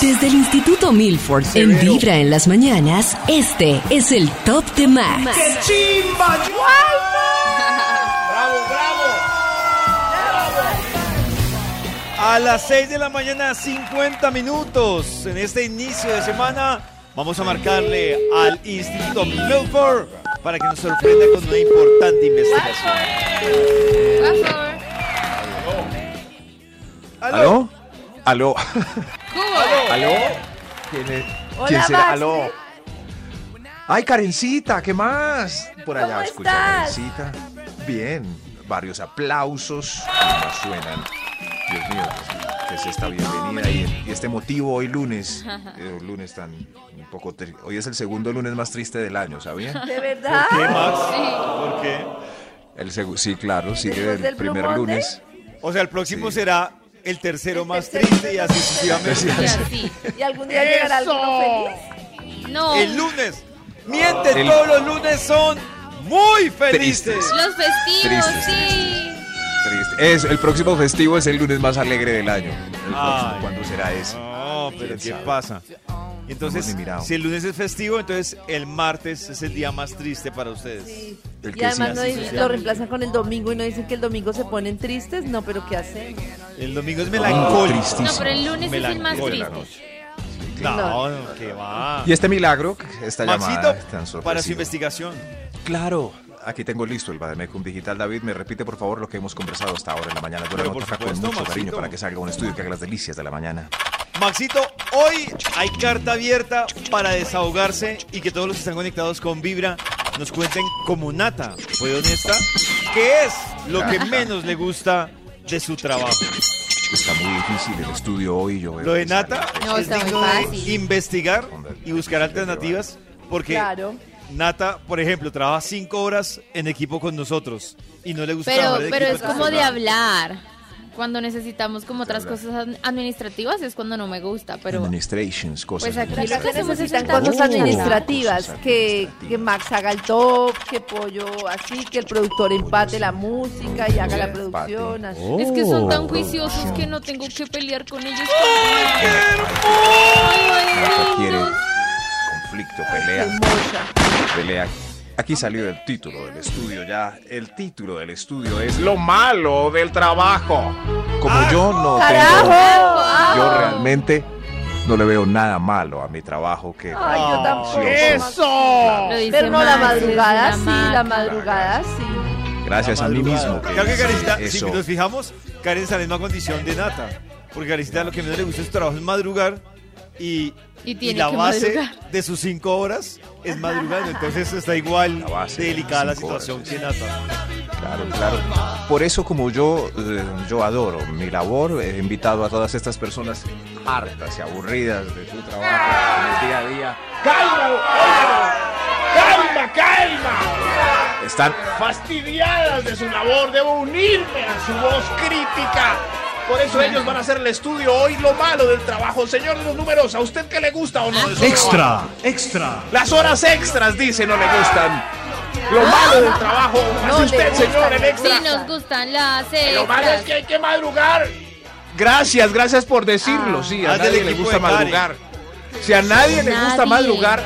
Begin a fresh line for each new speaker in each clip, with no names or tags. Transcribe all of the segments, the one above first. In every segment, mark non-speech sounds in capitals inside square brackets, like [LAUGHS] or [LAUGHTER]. Desde el Instituto Milford, en Vibra en las mañanas, este es el Top de Max.
¡Qué chimba! ¡Bravo, bravo! A las 6 de la mañana, 50 minutos. En este inicio de semana, vamos a marcarle al Instituto Milford para que nos sorprenda con una importante investigación. ¿Aló?
¿Aló? ¿Aló? ¿Aló? ¿Quién, es- quién será? ¿Aló? Ay, Karencita, ¿qué más? Por allá escucha Karencita. Bien, varios aplausos como suenan. Dios mío, que es esta bienvenida y, y este motivo hoy lunes, eh, un lunes tan un poco tri- Hoy es el segundo lunes más triste del año,
[LAUGHS]
¿sabían?
¿De verdad?
¿Qué, Max? ¿Por qué?
El segu- sí, claro, sigue
¿Después
el
del Blue
primer
Monday?
lunes. [LAUGHS]
O sea, el próximo
Sí.
será el tercero más
tercero.
triste y así
Sí,
sucesivamente.
así.
¿Y algún día llegará
¡Eso!
alguno feliz?
No,
El lunes. Miente,
El-
todos los lunes son muy felices.
Tristes.
los festivos,
Tristes,
sí.
Triste. Es, el próximo festivo es el lunes más alegre del año. El próximo,
Ay.
¿Cuándo será ese?
No, pero
¿Quién
¿qué
sabe?
pasa? Y
No
Entonces,
hemos ni mirado.
si el lunes es festivo, entonces el martes es el día más triste para ustedes.
El que
Y además
sí,
no
sí,
dicen-
sí.
lo reemplazan con el domingo y no dicen que el domingo se ponen tristes. No, pero ¿qué hacen?
El domingo es
Domingo
melancólico.
tristísimo.
No, pero el lunes es el más
Melancólico de la
triste.
No, no, ¿qué va?
Y este milagro, esta
Maxito,
llamada tan sorpresiva.
para su investigación.
Claro. Aquí tengo listo el Bademecum Digital. David, me repite por favor lo que hemos conversado hasta ahora en la mañana. Yo la
Pero por
nota acá con
supuesto,
mucho cariño
Maxito.
para que salga un estudio que haga las delicias de la mañana.
Maxito, hoy hay carta abierta para desahogarse y que todos los que están conectados con Vibra nos cuenten como Nata, fue honesta, qué es lo que menos le gusta de su trabajo.
Está muy difícil el estudio hoy. Yo veo
Lo de
que sale-
Nata
No,
es
está muy
digno de
fácil.
investigar y buscar alternativas porque
Claro.
Nata, por ejemplo, trabaja cinco horas en equipo con nosotros y no le gusta
Pero,
trabajar en
pero
equipo
es
con
como de
nada.
hablar. Cuando necesitamos como otras
hablar.
cosas ad- administrativas es cuando no me gusta, pero
Administrations, cosas.
Pues aquí lo que
Acá se
administrativas.
necesitan
sentarnos
cosas
Oh,
administrativas.
cosas
Que,
administrativas.
que Max haga el top, que Pollo así, que el productor empate la música y haga la producción. así.
es que son tan juiciosos que no tengo que pelear con ellos.
Nata
¡Ay,
quiere conflicto, pelea. Pelea. Aquí salió el título del estudio ya. El título del estudio es Lo malo del trabajo. Como yo no tengo.
Ah, ¡Carajo!
Yo realmente no le veo nada malo a mi trabajo que.
Ay, yo tampoco.
Claro.
Lo dice
Pero no, la
Max, es
madrugada
una
sí, la
maca.
madrugada sí.
Gracias a mí mismo. que
Claro que Karencita,
hice
si
eso.
nos fijamos, Karen está en la misma condición de Nata. Porque Karencita lo que menos le gusta es trabajo es madrugar y,
Y tiene
la
que
base
madrugar.
de sus cinco horas es madrugando. Entonces está igual
La
de
base de
delicada la
cinco horas,
situación
sí.
que Nata.
Claro, claro. Por eso, como yo, eh, yo adoro mi labor, he invitado a todas estas personas hartas y aburridas de su trabajo, del día a día. ¡Calma!
¡Calma, calma!
Están
Fastidiadas de su labor, debo unirme a su voz crítica. Por eso ellos van a hacer el estudio hoy lo malo del trabajo. Señor de los números, ¿a usted qué le gusta o no? de su trabajo?
extra.
Las horas extras, dice, no le gustan. Lo malo del trabajo.
No
Así
le
usted,
gusta.
señor, el
Sí,
extra.
nos gustan las
Lo malo es
extras.
que hay que madrugar. Gracias, gracias por decirlo.
Ah.
Sí, a
Haz del
nadie le
equipo
gusta
de Karen.
madrugar. Si a nadie le gusta
Nadie.
madrugar,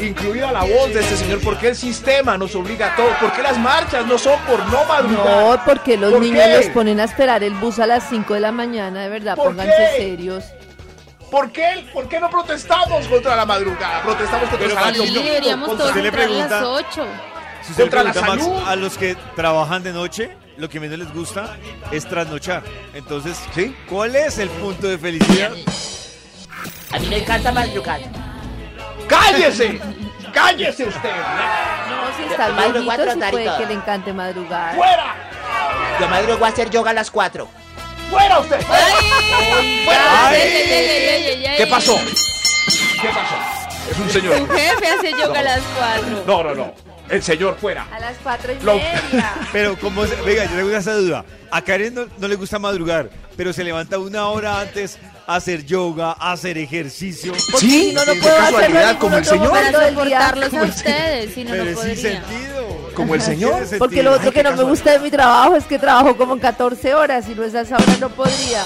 incluida la voz de este señor, ¿por qué el sistema nos obliga a todo? ¿Por qué las marchas no son por no madrugar?
No, porque los
¿Por
niños
qué?
los ponen a esperar el bus a las 5 de la mañana, de verdad,
¿Por
pónganse
qué?
serios.
¿Por qué, ¿Por qué no protestamos contra la madrugada? Protestamos contra el
Pero
salario
Sí,
no,
mínimo,
deberíamos
contra-
todos
usted le
entrar a las
pregunta-
8.
Si usted le
Contra la
pregunta, Max,
salud.
a los que trabajan de noche, lo que menos les gusta es trasnochar. Entonces,
¿Sí?
¿cuál es el punto de felicidad?
A mí me encanta madrugar.
¡Cállese! ¡Cállese usted!
No, si está
madrugo
viejito,
a
sí
trotar y
puede
todo.
que le encante madrugar.
¡Fuera!
Yo madrugo a hacer yoga a las 4.
¡Fuera usted!
¡Ay!
¡Fuera!
Ay, ay, ay, ay, ay, ay.
¿Qué pasó?
¿Qué pasó? ¿Qué
Es un señor.
[LAUGHS]
Tu jefe hace yoga a las cuatro.
No, no, no. El señor fuera.
A las cuatro y
Lo-
media.
[LAUGHS]
Pero como, se- venga, yo tengo esa duda. A Karen no, no le gusta madrugar, pero se levanta una hora antes a hacer yoga, a hacer ejercicio.
Porque
Sí,
si no, no
qué
puedo hacerlo
casualidad,
en ningún
como el
otro
señor.
momento
Para
del día.
soportarlos a ustedes, si no,
pero
no
es sin
podría.
sentido.
Como el señor.
Tiene
Porque
sentido.
lo
Ay,
otro
qué
que no me
casualidad.
gusta de mi trabajo es que trabajo como 14 horas y no es a esa hora no podría.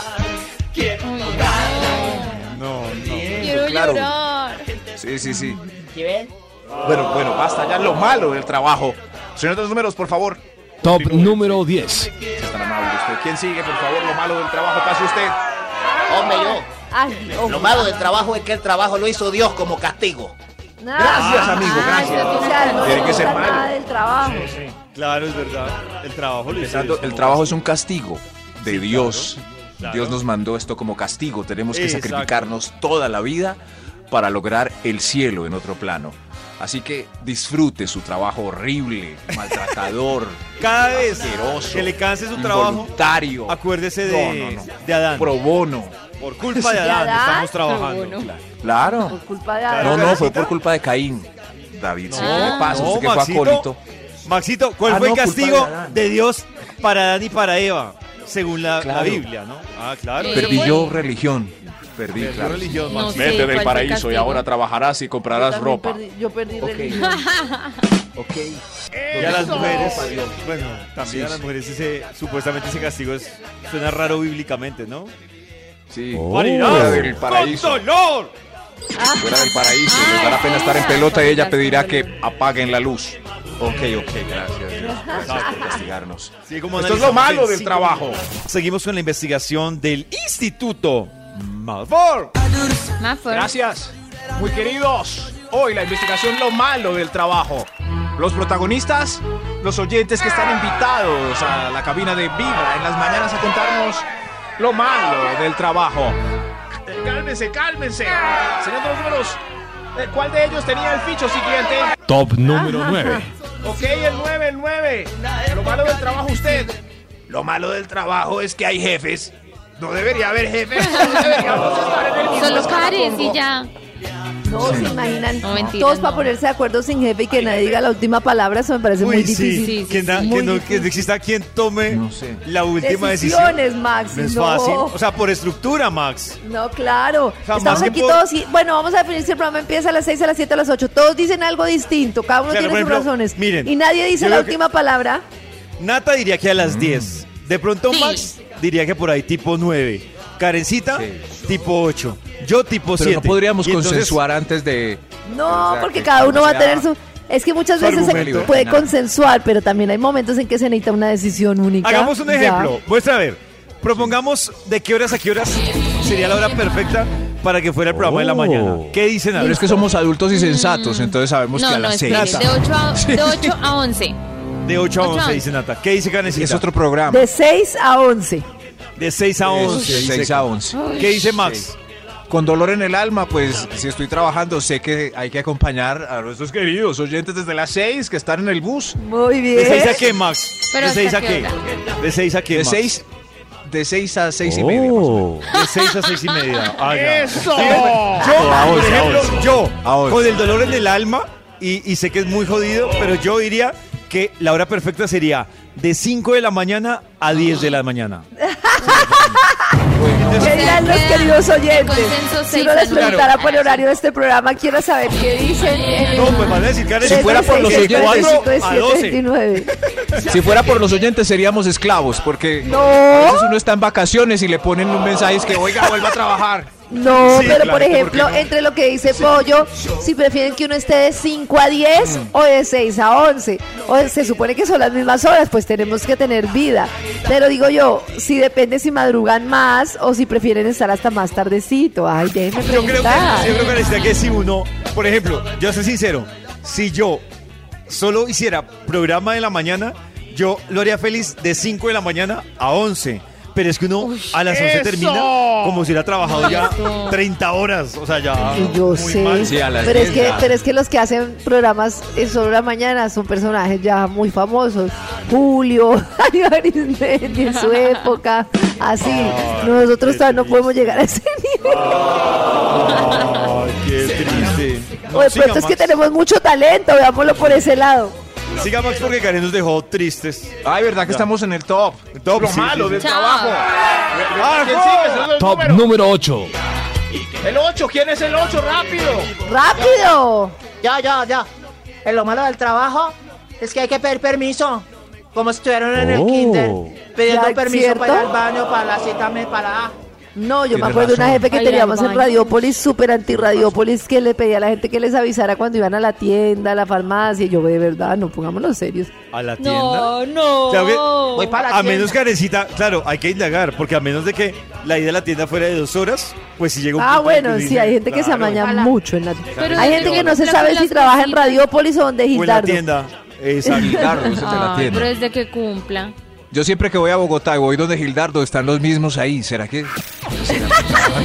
No, no.
Quiero
claro.
llorar.
Sí, sí, sí.
¿Sí ven?
Bueno, bueno, basta ya lo malo del trabajo. Señor de los números, por favor.
Top número 10.
Es tan amable usted. ¿Quién sigue, por favor? Lo malo del trabajo, pase usted.
Hombre, yo.
Ay, oh, ojo.
Lo malo del trabajo es que el trabajo lo hizo Dios como castigo.
Nada.
Gracias, amigo,
Ah,
gracias.
o sea, no
Tiene que
se
ser
trata
malo.
nada del trabajo.
Claro, es verdad. El trabajo lo hizo Dios,
el
¿no?
trabajo es un castigo de
Sí,
Dios.
claro.
Dios nos mandó esto como castigo. Tenemos que
Exacto.
sacrificarnos toda la vida para lograr el cielo en otro plano. Así que disfrute su trabajo horrible, maltratador,
Cada vez
asqueroso,
que le canse su trabajo,
involuntario,
acuérdese de,
No, no, no.
de Adán.
pro bono.
Por culpa de Adán,
¿De Adán?
estamos trabajando.
Pero bueno.
Claro.
Por culpa de
Claro.
No, pues,
Adán.
no, fue por culpa de Caín. David, sí,
Ah.
¿qué pasa?
No,
Usted que fue
Maxito.
acólito.
Maxito, ¿cuál
Ah,
fue
no,
el
culpa
castigo
de
de,
Adán.
Dios para Adán y para Eva? Según la, la
Claro.
Biblia, ¿no? Ah, claro.
Sí.
Perdí
fue-
yo religión. Perdí, claro.
religión,
No
Maxito.
sé cuál fue el castigo. Ah,
trabajarás y
Yo
comprarás
también perdí- yo perdí religión.
Y a las mujeres, bueno, también a las mujeres ese, supuestamente ese castigo es, suena raro bíblicamente, ¿no?
Sí.
Parirás
Fuera del paraíso.
¡Con dolor!
Fuera del paraíso. Les dará pena estar en pelota y ella pedirá que apaguen la luz. Ok, ok, gracias. Dios. Gracias [LAUGHS] por castigarnos.
Sí, como
Esto
analizamos
es lo malo
en
del
cinco
trabajo.
minutos. Seguimos con la investigación del Instituto Malfor.
Más fuerte.
Gracias. Muy queridos, hoy la investigación Lo Malo del Trabajo. Los protagonistas, los oyentes que están invitados a la cabina de Vibra en las mañanas a contarnos lo malo del trabajo.
Eh, Cálmense, cálmense. Señor de los números, eh, ¿cuál de ellos tenía el ficho siguiente?
Top número 9.
Ok, el 9, el 9. Lo malo del trabajo usted.
Lo malo del trabajo es que hay jefes.
No debería haber jefe. No deberíamos estar en el mismo
Solo cares
escaramujo.
y ya.
No, se imaginan
No, mentira,
todos
no.
para ponerse de acuerdo sin jefe y que nadie diga la última palabra, eso me parece muy difícil.
sí,
que, na-
muy
que no, que
difícil.
exista quien tome
No sé.
la última decisión.
Decisiones, Max.
No es
no.
fácil. O sea, por estructura, Max.
No, claro.
sea, más
Estamos
que
aquí
por-
todos. y- bueno, vamos a definir si el programa empieza a las 6, a las 7, a las 8. Todos dicen algo distinto. Cada uno
Claro,
tiene
por
sus
ejemplo,
razones.
miren,
y nadie
yo
dice la
creo que-
última palabra.
Nata diría que a las
Mm.
10. De pronto
Sí.
Max diría que por ahí tipo 9. Karencita, tipo 8. Yo tipo 7. Y entonces,
antes de...
No,
O sea,
porque
que
cada uno va a
sea-
tener su. Es que muchas
su
veces se
argumento.
puede
Nada.
consensuar, pero también hay momentos en que se necesita una decisión única.
Hagamos un
Ya.
ejemplo. Muestra a ver. Propongamos de qué horas a qué horas sería la hora perfecta para que fuera el programa de la
Oh.
mañana. ¿Qué dicen? A
Pero
ver.
es que somos adultos y sensatos, entonces sabemos que
Mm. No,
a
no,
las
espere.
6...
De 8 a, de 8 a 11.
De 8 a
Ocho a
11
once.
dice Nata. ¿Qué dice Karencita?
Es otro programa.
De 6 a 11.
De 6 a 11.
De
dice.
6 a 11.
¿Qué dice Max?
Con dolor en el alma, pues si estoy trabajando, sé que hay que acompañar a nuestros queridos oyentes desde las 6 que están en el bus.
Muy bien.
¿De 6 a qué, Max?
Pero
¿De 6 a
¿hasta qué
qué? ¿De 6 a qué,
De
Max?
6 de seis a 6
Oh.
y media. más o menos.
De 6 a 6 y media. Ah, ya.
¡Eso!
Yo,
a
por
once, a
ejemplo,
once.
yo,
A once.
con el dolor en el alma, y, y sé que es muy jodido, pero yo diría que la hora perfecta sería de 5 de la mañana a 10 de la mañana.
¿Qué dirán los
queda
queridos oyentes?
consenso
Si
seis
uno les
a nueve.
preguntara por el horario de este programa, quiero saber qué dicen.
Eh,
en
No, pues van a decir, Karen,
tres
Si fuera
de
por los
seis, tres de
oyentes,
cinco, de
a
siete,
doce.
29.
Si fuera por los oyentes, seríamos esclavos, porque
No.
a veces uno está en vacaciones y le ponen un mensaje es que, oiga, vuelva a trabajar.
No,
Sí,
pero
claramente,
por ejemplo,
¿por qué no?
entre lo que dice Pollo, si prefieren que uno esté de 5 a 10
Mm.
o de 6 a 11, o se supone que son las mismas horas, pues tenemos que tener vida. Pero digo yo, si depende si madrugan más o si prefieren estar hasta más tardecito. Ay, déjenme
Yo creo que,
preguntar.
yo creo que necesita que si uno, por ejemplo, yo soy sincero, si yo solo hiciera programa de la mañana, yo lo haría feliz de 5 de la mañana a 11. Pero es que uno a las 11
¡Eso!
termina como si hubiera trabajado ya 30 horas. O sea, ya.
Y yo
muy
sé,
mal.
Sí, a las
pero
10
es, que,
ya.
pero es que los que hacen programas en solo la mañana son personajes ya muy famosos. Julio, [LAUGHS] Arismendi
[LAUGHS]
en su época, así. Nosotros todavía no podemos llegar a ese nivel.
Ay, qué triste. bien. No,
o de
siga,
pronto es que
Max.
tenemos mucho talento, veámoslo por ese lado.
Siga Max porque Karen nos dejó tristes.
Ay, ¿verdad que
Ya.
estamos en el top?
Top,
Lo
sí,
malo
sí,
del
sí.
trabajo.
¡Ah,
¿Quién
no!
sigue? Esos son los
Top
números.
número 8.
El 8, ¿quién es el 8? Rápido.
¡Rápido!
Ya, ya, ya. En lo malo del trabajo es que hay que pedir permiso. Como estuvieron en el
Oh.
kinder, pidiendo
Ya,
permiso
¿cierto?
para ir al baño, para la cita, me- para... ah.
No, yo me
Tienes
acuerdo de una
razón.
jefe que
Ay,
teníamos
al
en
baño.
Radiopolis, súper anti-Radiopolis, que le pedía a la gente que les avisara cuando iban a la tienda, a la farmacia. Y yo, de verdad, no pongámonos serios.
A la tienda.
No, no.
Claro que-
Voy para la
A
tienda.
menos Karencita, claro, hay que indagar, porque a menos de que la ida a la tienda fuera de dos horas, pues si llega un
Ah,
punto en que
bueno,
dice,
sí, hay gente que se
claro,
amaña
Ojalá.
mucho en la
Pero
Hay
de
gente que
pronto
no se
la
sabe
clase
si trabaja en
cita.
Radiopolis o donde
O en la
Gildardo.
tienda. Exacto.
Gildardo, ese te la
Ay, pero
tiene.
es de que cumpla.
Yo siempre que voy a Bogotá y voy donde Gildardo están los mismos ahí. ¿Será que? será que trabajan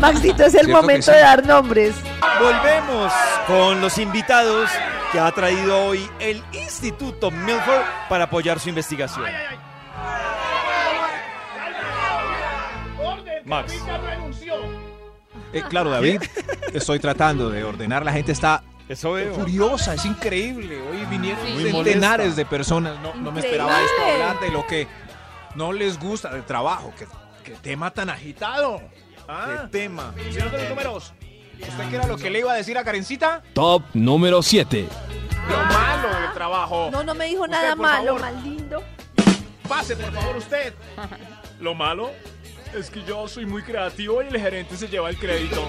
[LAUGHS] Maxito, es el
Cierto que
momento
sí.
de dar nombres.
Volvemos con los invitados que ha traído hoy el Instituto Milford para apoyar su investigación.
Orden,
Max.
Pepita renunció.
Eh, claro, David, estoy tratando de ordenar. La gente está
Eso veo.
furiosa, es increíble. Hoy vinieron
Sí.
Muy
centenares de personas. No, no me esperaba esto
Increíble.
hablar de lo que
Oh.
no les gusta del trabajo. Qué, qué tema tan agitado.
¿Qué
Ah,
tema?
Señor de los números.
¿Usted qué era lo que le iba a decir a Karencita?
Top número 7.
Lo malo del trabajo.
No, no me dijo
Usted,
nada
por
malo,
favor.
maldindo.
Pase, por favor, usted. Lo malo es que yo soy muy creativo y el gerente se lleva el crédito.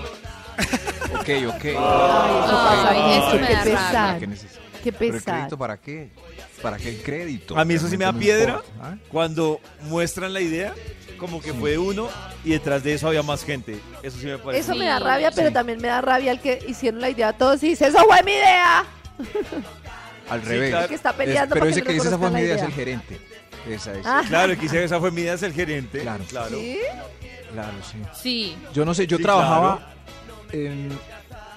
Ok, ok.
Ay, eso me
Qué
da rabia.
pesar,
¿Qué necesita?
qué
¿Pero el
pesar.
crédito para qué? ¿Para qué el crédito?
A mí eso sí me da
Realmente no
piedra
importa, ¿ah?
cuando muestran la idea como que fue de uno y detrás de eso había más gente. Eso sí me parece.
Eso me
Sí,
da rabia, pero
sí.
también me da rabia el que hicieron la idea a todos y dice, eso fue mi idea.
Al
Sí,
revés.
claro.
Que está
Es-
peleando
pero
para
ese
que,
que dice esa fue mi idea es
idea.
el gerente. Esa es.
Ah,
Claro, quizás esa fue mi idea, es el gerente.
Claro.
claro.
¿sí?
Claro, sí.
Sí.
Yo no sé, yo
Sí,
trabajaba en,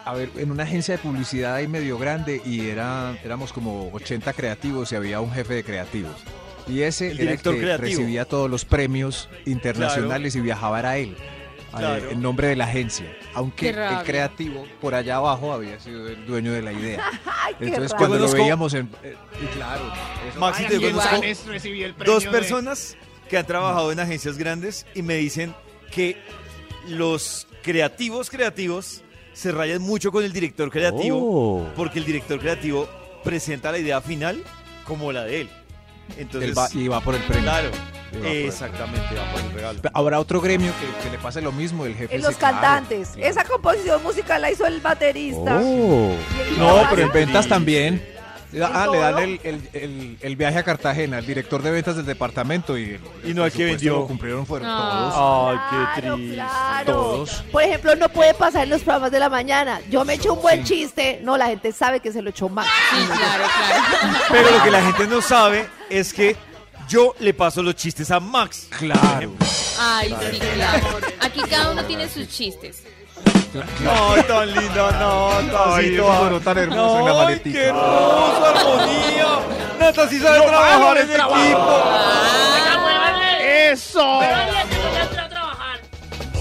a ver, en una agencia de publicidad ahí medio grande y era, éramos como 80 creativos y había un jefe de creativos. Y ese
El
era
director
que
creativo.
recibía todos los premios internacionales y viajaba era él. a-
Claro.
En nombre de la agencia, aunque
Qué
el
rabia.
creativo por allá abajo había sido el dueño de la idea.
Ay, qué
Entonces,
rabia.
cuando lo
Conozco-
veíamos en. eh, y claro, eso-
Maxi, te
Ay,
conozco
Ibanes recibió el premio
dos
de-
personas que han trabajado en agencias grandes y me dicen que los creativos creativos se rayan mucho con el director creativo
Oh.
porque el director creativo presenta la idea final como la de él. Entonces,
él va- y va por el premio.
claro,
Y va por el
exactamente, va por el regalo.
Habrá otro gremio que, que le pase lo mismo, el jefe.
En
se-
los
claro,
cantantes.
claro. Oh.
Esa composición musical la hizo el baterista. Y el
No,
baterista-
pero en ventas
Sí.
también. Ah,
todo?
le dan el, el- el- el viaje a Cartagena, el director de ventas del departamento y, el-
Y no,
el
¿a quién
presupuesto
vendió?
lo cumplieron fueron
Ah.
todos.
Claro, claro.
Todos.
Por ejemplo, no puede pasar en los programas de la mañana. Yo me echo un buen chiste. No, la gente sabe que se lo echó mal.
Sí, claro, claro.
Pero lo que la gente no sabe es que yo le paso los chistes a Max.
Claro.
Ay, sí, claro. Aquí cada uno tiene sus chistes.
No, tan lindo, no,
Ay, hermano, tan hermoso en la maletica.
qué hermoso, armonía. Nata sí sabe
Lo malo
trabajar
del
en
trabajo.
equipo.
¡Eso!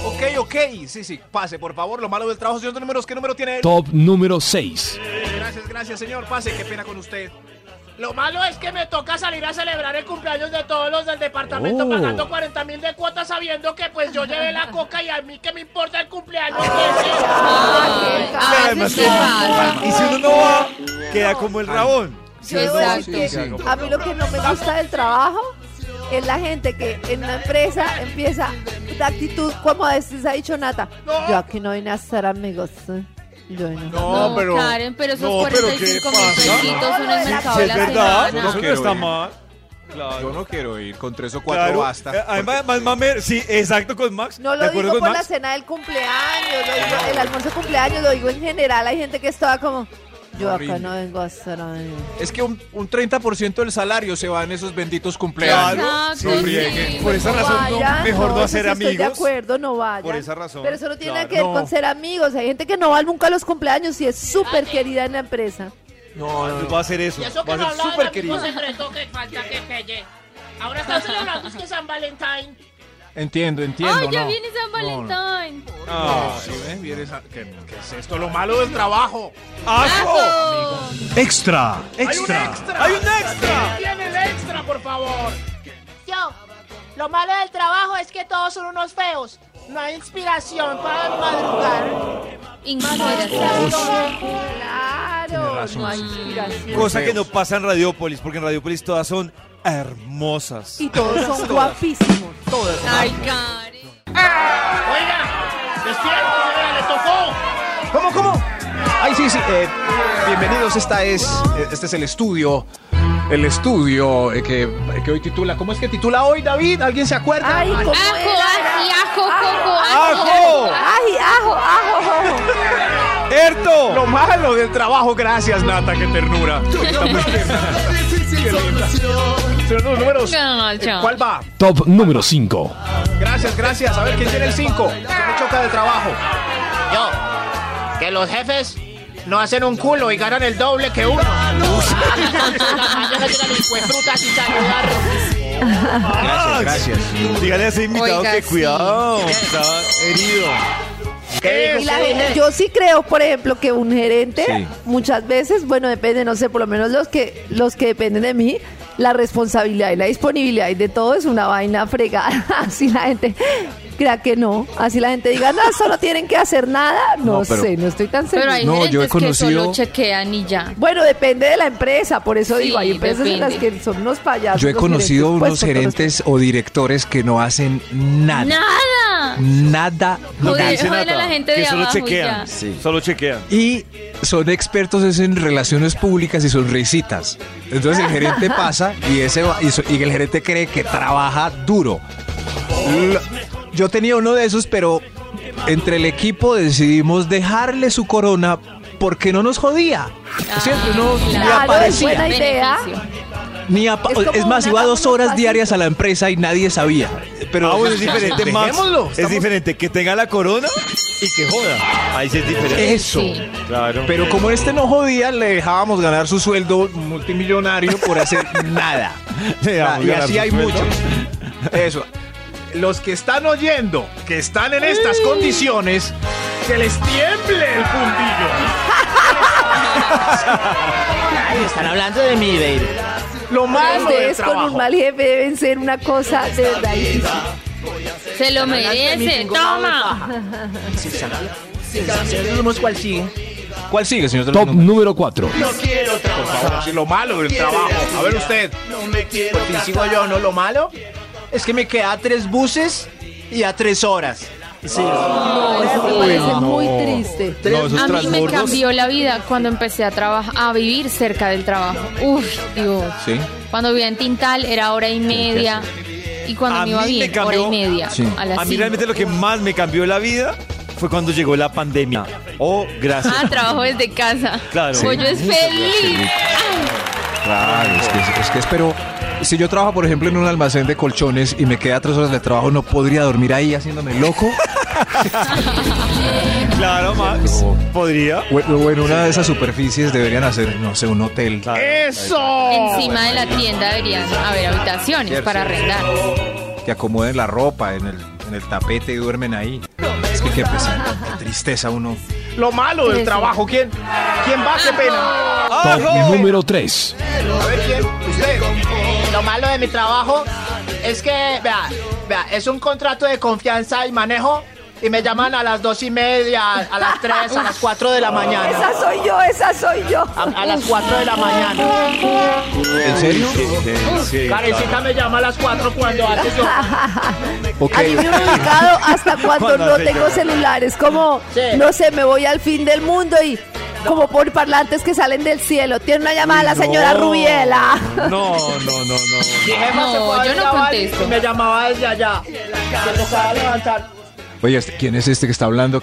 Ok, ok. Sí, sí. Pase, por favor. Lo malo del trabajo, señor de números. ¿Qué número tiene él?
Top número 6.
Gracias, gracias, señor. Pase. Qué pena con usted.
Lo malo es que me toca salir a celebrar el cumpleaños de todos los del departamento
Oh.
pagando 40 mil de cuotas sabiendo que pues yo llevé la coca y a mí que me importa el cumpleaños. ¿Qué es eso?
Ah,
Ay,
Claro,
ay,
además
sí,
que-
claro.
Y si uno no va, queda como el rabón.
Yo debo decir
Exacto.
que
Sí, sí.
a mí lo que no me gusta del trabajo es la gente que en la empresa empieza la actitud, como a veces ha dicho Nata, yo aquí no vine a ser amigos. ¿eh? Yo no.
No, Karen, pero esos
no, pero
45
¿qué
mil
pasa?
pesitos son el mercado
Si
de
es
la
verdad,
semana.
eso no
quiero
está
ir.
mal. Claro.
Yo no quiero ir con tres o cuatro
Claro.
basta.
Eh, Además,
porque-
más mamer, sí, exacto con Max.
No
¿De
lo
acuerdo
digo
con
por la
Max?
cena del cumpleaños, lo digo, el almuerzo de cumpleaños, lo digo en general. Hay gente que estaba como, yo acá
Horrible.
no vengo a ser amigos.
Es que un, un 30% del salario se va en esos benditos cumpleaños.
Claro,
Exacto,
sí.
sí.
Por esa razón, no,
vayan,
mejor no
eso
hacer
sí Estoy de
amigos.
acuerdo, no vayan.
Por esa razón,
Pero eso no tiene nada que ver
claro.
con
No.
ser amigos. Hay gente que no va nunca a los cumpleaños y es súper querida en la empresa.
No, no, no.
Va a hacer eso.
Y eso
va
que
a
no
ser
hablaba
súper
de amigos
querido.
entre toque, falta que pelle. Ahora están celebrando es que San Valentín.
Entiendo, entiendo.
¡Ay, ya
no.
viene San Valentín!
Ah, sí, ¿ven? Viene esa- que- que es-
Esto es lo malo del trabajo.
¡Ajo!
Extra,
¡Hay un
extra.
extra! ¡Hay un extra! ¡Tiene el extra, por favor!
Yo, lo malo del trabajo es que todos son unos feos. No hay inspiración para madrugar.
Inspiración.
Claro, no hay inspiración.
Cosa que no pasa en Radiopolis, porque en Radiopolis todas son hermosas.
Y todos son guapísimos. Todos.
¡Ay, Karen!
¡Oiga! ¡Despierta, señora! ¡Le tocó!
¿Cómo, cómo? Ay, sí, sí. eh, bienvenidos. Esta es, eh, este es el estudio. El estudio eh, que, que hoy titula. ¿Cómo es que titula hoy, David? ¿Alguien se acuerda?
Ay, ¿cómo
¡Ajo,
era?
así, ajo, coco,
¡Ajo!
ajo!
Ay, ajo, ajo, ajo.
¡Erto!
Lo malo del trabajo. Gracias, Nata. Qué ternura. Está muy bien. Qué linda. Señor de los números.
No, no,
eh,
chao.
¿Cuál va?
Top número 5.
Gracias, gracias. A ver, ¿quién tiene el 5? Me choca de trabajo.
Yo, que los jefes no hacen un culo y ganan el doble que uno.
Ah.
Gracias, gracias.
Dígale a ese invitado
Oiga,
que
sí.
cuidado, está herido.
Y la gente- yo sí creo, por ejemplo, que un gerente
Sí.
muchas veces, bueno, depende, no sé, por lo menos los que los que dependen de mí, la responsabilidad y la disponibilidad y de todo es una vaina fregada. [LAUGHS] Así la gente crea que no, así la gente diga, no, solo tienen que hacer nada, no,
No, pero-
sé, no estoy tan
Pero
segura.
hay
No, yo he
gerentes que
conocido-
solo chequean y ya.
Bueno, depende de la empresa, por eso
Sí,
digo, hay empresas en las
depende.
que son unos payasos.
Yo he
los
conocido
gerentes, pues, con
unos
todo
gerentes o directores que no hacen nada.
¡Nada!
Nada.
Lo que
Joder,
dice
joder a
Nata,
la gente de
que solo
abajo y
chequean,
ya.
sí. solo chequean.
Y son expertos es en relaciones públicas y sonrisitas. Entonces el gerente pasa y, ese va- y, so- y el gerente cree que trabaja duro. Lo- yo tenía uno de esos, pero entre el equipo decidimos dejarle su corona porque no nos jodía. Siempre no ni
Ah, claro, es
aparecía.
buena idea.
Beneficio.
Ni apa-
Es
o- es,
como
más,
una
iba
cama,
dos
un
horas
pasito.
diarias a la empresa y nadie sabía. Pero
Ah, [LAUGHS] bueno, es diferente, Max.
Dejémoslo.
Es diferente que tenga la corona y que joda. Ahí sí es diferente.
Eso.
Sí.
Claro. [LAUGHS]
Pero como este no jodía, le dejábamos ganar su sueldo multimillonario por
[LAUGHS]
hacer nada.
Le dejamos
y
ganar
así
su
hay
sueldo.
muchos. Eso. Los que están oyendo, que están en estas condiciones, que les tiemble el fundillo.
Ay, están hablando de mí, baby.
Lo malo del
Ustedes con un
trabajo.
mal jefe deben ser una cosa de verdad difícil.
Se lo merece. ¡Toma!
cuál sigue.
¿Cuál sigue, señor?
Top número 4.
Por favor, sí, lo malo del trabajo. A ver usted.
Y sigo yo, ¿no? Lo malo es que me quedé a tres buses y a tres horas.
No, eso
pues,
me parece muy triste.
No,
A
esos
mí me
transbordos.
cambió la vida cuando empecé a trabajar, a vivir cerca del trabajo. Uf, Dios.
Sí.
Cuando vivía en Tintal era hora y media. Y cuando
A
me iba
mí me
bien, hora
cambió-
y media.
Sí.
A las
A mí
cinco.
realmente lo que más me cambió la vida fue cuando llegó la pandemia. Oh, gracias.
Ah, trabajo desde casa.
Claro.
Pollo es feliz.
Claro, es que, es que espero. Si yo trabajo, por ejemplo, en un almacén de colchones y me queda tres horas de trabajo, no podría dormir ahí haciéndome
[LAUGHS]
loco.
Claro, Max. ¿Podría?
O, o en una de esas superficies deberían hacer, no sé, un hotel.
¡Eso!
Encima de la tienda deberían haber habitaciones
Cierto.
para arrendar.
Que acomoden la ropa en el, en el tapete y duermen ahí. Es que qué pesar, qué tristeza uno.
Lo malo del trabajo. ¿Quién, quién va?
Ah,
¡Qué pena!
Top número 3.
A ver, ¿quién? Usted. Lo malo de mi trabajo es que, vea, vea, es un contrato de confianza y manejo y me llaman a las dos y media, a las tres, a las
[LAUGHS]
cuatro de la mañana.
Esa soy yo, esa soy yo.
Ah,
A, a las cuatro de la mañana.
¿En serio?
Karencita me llama a las cuatro cuando hace yo.
Ok.
A mí me han ubicado hasta cuando
Cuando
no
hace
tengo
yo.
celular. Es como,
Sí.
no sé, me voy al fin del mundo y como por parlantes que salen del cielo. Tiene una llamada la
[LAUGHS]
señora Rubiela.
No, no, no, no.
Mi jefa
No,
se fue a
yo no
grabar
contesto.
Y me llamaba desde allá. Me tocaba levantar.
Oye, este- ¿quién es este que está hablando?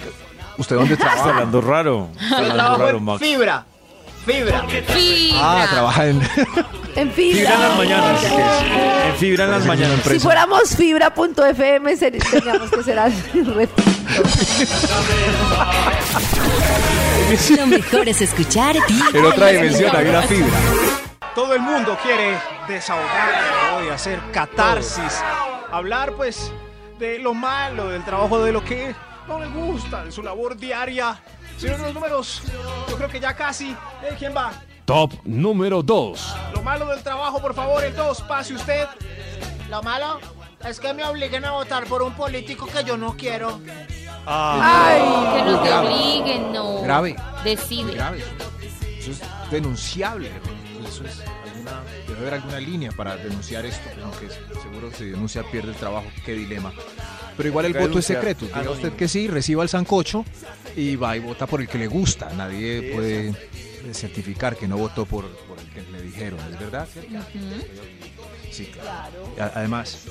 ¿Usted dónde
Está
trabaja?
hablando raro. Está
Yo
hablando
trabajo
raro,
en
Max.
fibra. Fibra.
Fibra.
Ah, trabaja en.
En
Fibra en las
fibra.
mañanas. En fibra en las mañanas.
Si fuéramos fibra.fm, ser- teníamos que ser [LAUGHS] así, re-
Lo mejor es escuchar Vibra
En otra
en las
dimensión había una
mañanas.
fibra.
Todo el mundo quiere desahogar hoy, hacer catarsis. Hablar, pues, de lo malo del trabajo, de lo que no le gusta, de su labor diaria. Señor de los números, yo creo que ya casi. Eh, ¿Quién va?
Top número 2.
Lo malo del trabajo, por favor, en dos, pase usted.
Lo malo es que me obliguen a votar por un político que yo no quiero.
Que no te
Grave.
obliguen, no.
Grave.
Decide.
grave. Eso es denunciable. Eso es alguna, debe haber alguna línea para denunciar esto, aunque seguro si denuncia pierde el trabajo. Qué dilema. Pero igual el
Toca
voto es
denunciar.
secreto. Diga
Anónimo.
usted que sí, reciba el sancocho y va y vota por el que le gusta. Nadie puede certificar que no votó por, por el que le dijeron, ¿es verdad? cierto? Sí, claro. A- Además,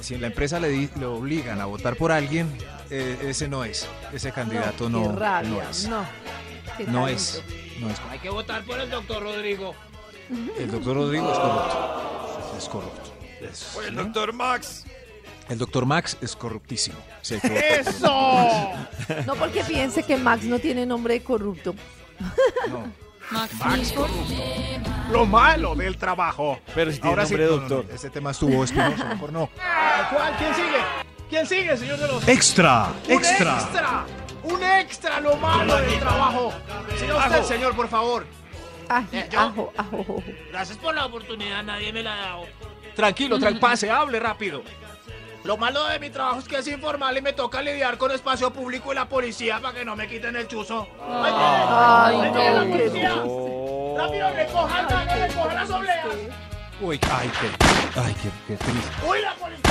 si en la empresa le, di- lo obligan a votar por alguien, eh, ese no es. Ese candidato no,
qué rabia,
no es.
No, Qué
No
talento.
es. No es.
Hay que votar por el doctor Rodrigo.
El doctor Rodrigo es corrupto. Es corrupto. Es-
Oye, el doctor Max.
el doctor Max es corruptísimo. Sí, hay que votar por él.
¡Eso!
No porque piense que Max no tiene nombre de corrupto.
No.
Max Milford.
Lo malo del trabajo.
Pero si tiene
Ahora
nombre de
no, no,
doctor.
Ese tema estuvo espinoso, mejor no.
no. ¿Cuál? ¿Quién sigue? ¿Quién sigue, señor de los
Extra.
¡Un
Extra.
extra! ¡Un extra lo malo del trabajo! Señor, usted,
Ajo.
señor, por favor.
Ají,
Eh, yo-
ajo, ajo, ajo.
Gracias por la oportunidad, nadie me la ha dado. Tranquilo, tra- pase, hable rápido. Lo malo de mi trabajo es que es informal y me toca lidiar con espacio público y la policía para que no me quiten el chuzo. ¡Ay,
Ay,
ay,
no,
la
qué
policía! ¡Rápido, recoja, dale, recoja las obleas!
Uy, ay, qué, ay, qué, qué triste.
¡Uy, la policía!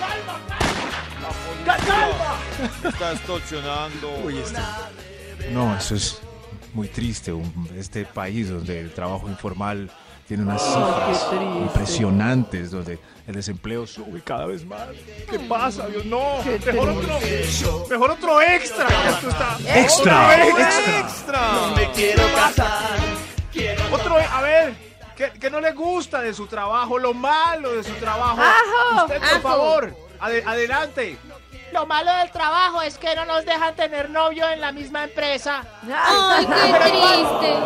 ¡Calma, calma! ¡Ca- ¡Calma!
Oh, Está extorsionando.
Uy, este- No, eso es muy triste. un- este país donde el trabajo informal tiene unas cifras
triste.
impresionantes, donde el desempleo sube cada vez más.
¿Qué pasa, Dios? No,
Qué
mejor otro, mejor otro extra. Esto está-
Extra.
Otro
¡Extra! me quiero
Otro, a ver, que, que no le gusta de su trabajo, lo malo de su trabajo.
Ajo,
Usted, por
ajo.
favor, ade- adelante.
Lo malo del trabajo es que no nos dejan tener novio en la misma empresa.
Ay, qué triste.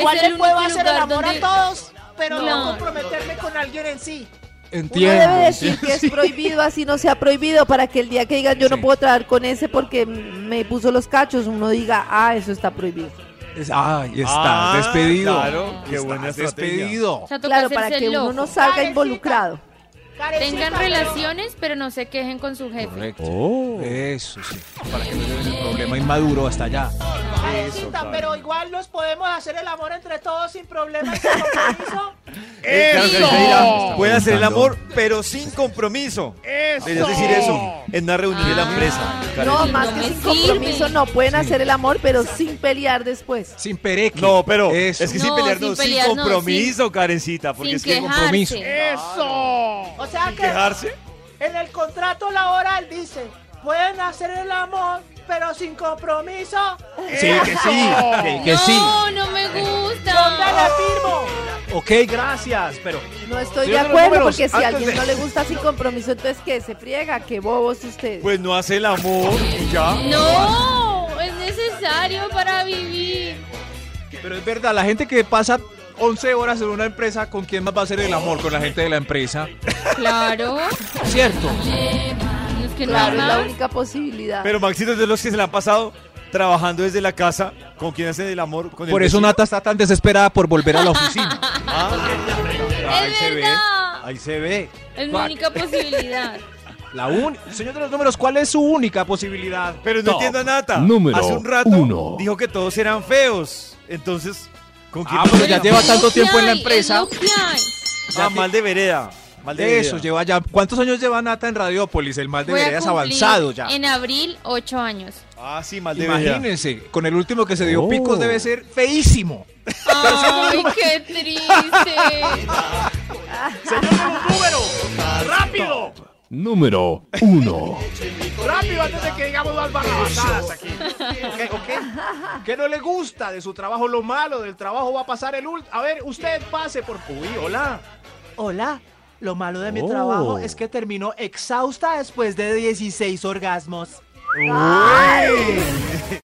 Igual
Es
le
el
puedo
único
hacer el
lugar
amor
donde-
a todos, pero
Claro.
no comprometerme con alguien en sí.
Uno debe decir que es prohibido, así no sea prohibido, para que el día que digan yo no
Sí.
puedo trabajar con ese porque me puso los cachos, uno diga, ah, eso está prohibido.
Es- ay, estás
Ah,
despedido.
claro, qué
Estás
buena estrategia.
despedido.
O sea, toca
Claro,
hacerse
para que
el
uno
loco.
no salga
Carecita.
involucrado.
Carecita,
Tengan
pero-
relaciones, pero no se quejen con su jefe.
Correcto.
Oh.
Eso sí. Para que no lleven el problema inmaduro hasta allá.
Carecita, pero igual nos podemos hacer el amor entre todos sin problemas y sin compromiso.
Eh, ¡Eso! Puede hacer el
Preguntando.
amor, pero sin compromiso. Deberías decir eso en una reunión de la empresa.
No,
Karen.
más
no
que
me
sin compromiso
sirve.
no, pueden hacer el amor, pero sin pelear después.
Sin pereque.
No, pero
Eso.
es que
No,
sin pelear,
sin
no, sin,
pelear, no,
compromiso, Karencita, porque
Sin
es que
quejarse.
compromiso.
O sea que
quejarse.
en el contrato laboral dice, pueden hacer el amor, pero sin
[LAUGHS]
compromiso.
Sí, que sí. que-
Eh, Que sí.
No, no me
¿Dónde
gusta.
la firmo?
Ok,
Gracias, pero
No estoy
Sí,
de
no, no,
acuerdo,
números,
porque si a
antes
alguien
de-
no le gusta sin compromiso, entonces que se friega, que bobos ustedes.
Pues no hace el amor y ya.
No, es necesario para vivir.
Pero es verdad, la gente que pasa 11 horas en una empresa, ¿con quién más va a hacer el amor? Con la gente de la empresa.
Claro.
Cierto.
Es que
claro, es la
nada.
única posibilidad.
Pero Maxito es de los que se le han pasado trabajando desde la casa. ¿Con quién hacen el amor? Con el
Por eso
vecino. Ah.
Nata está tan desesperada por volver a la oficina.
Es verdad.
Ahí se ve.
Es mi única posibilidad.
La un...
señor de los números, ¿cuál es su única posibilidad?
Pero no
Top
entiendo a Nata.
número
Hace un rato
uno.
dijo que todos eran feos. Entonces, ¿con quién?
Ah, pero ya
Pero
[LAUGHS] lleva
es
tanto
lo que
tiempo en la
hay, es
empresa.
lo que hay.
Ah, mal de vereda. Mal de
Eso,
vereda.
lleva ya. ¿Cuántos años lleva Nata en Radiópolis? El mal de
Voy a
veredas
cumplir
avanzado ya.
En abril, ocho años.
Ah, sí, mal de vereda.
Imagínense, con el último que se dio
Oh.
picos debe ser feísimo.
Ay, qué triste.
Señor de los números, rápido,
Número 1.
rápido antes de que digamos las barrabasadas aquí. Ok, ok. ¿Qué no le gusta de su trabajo? Lo malo del trabajo va a pasar el último. A ver, usted pase por... Uy, hola.
Hola, lo malo de mi
Oh.
trabajo es que termino exhausta después de 16 orgasmos.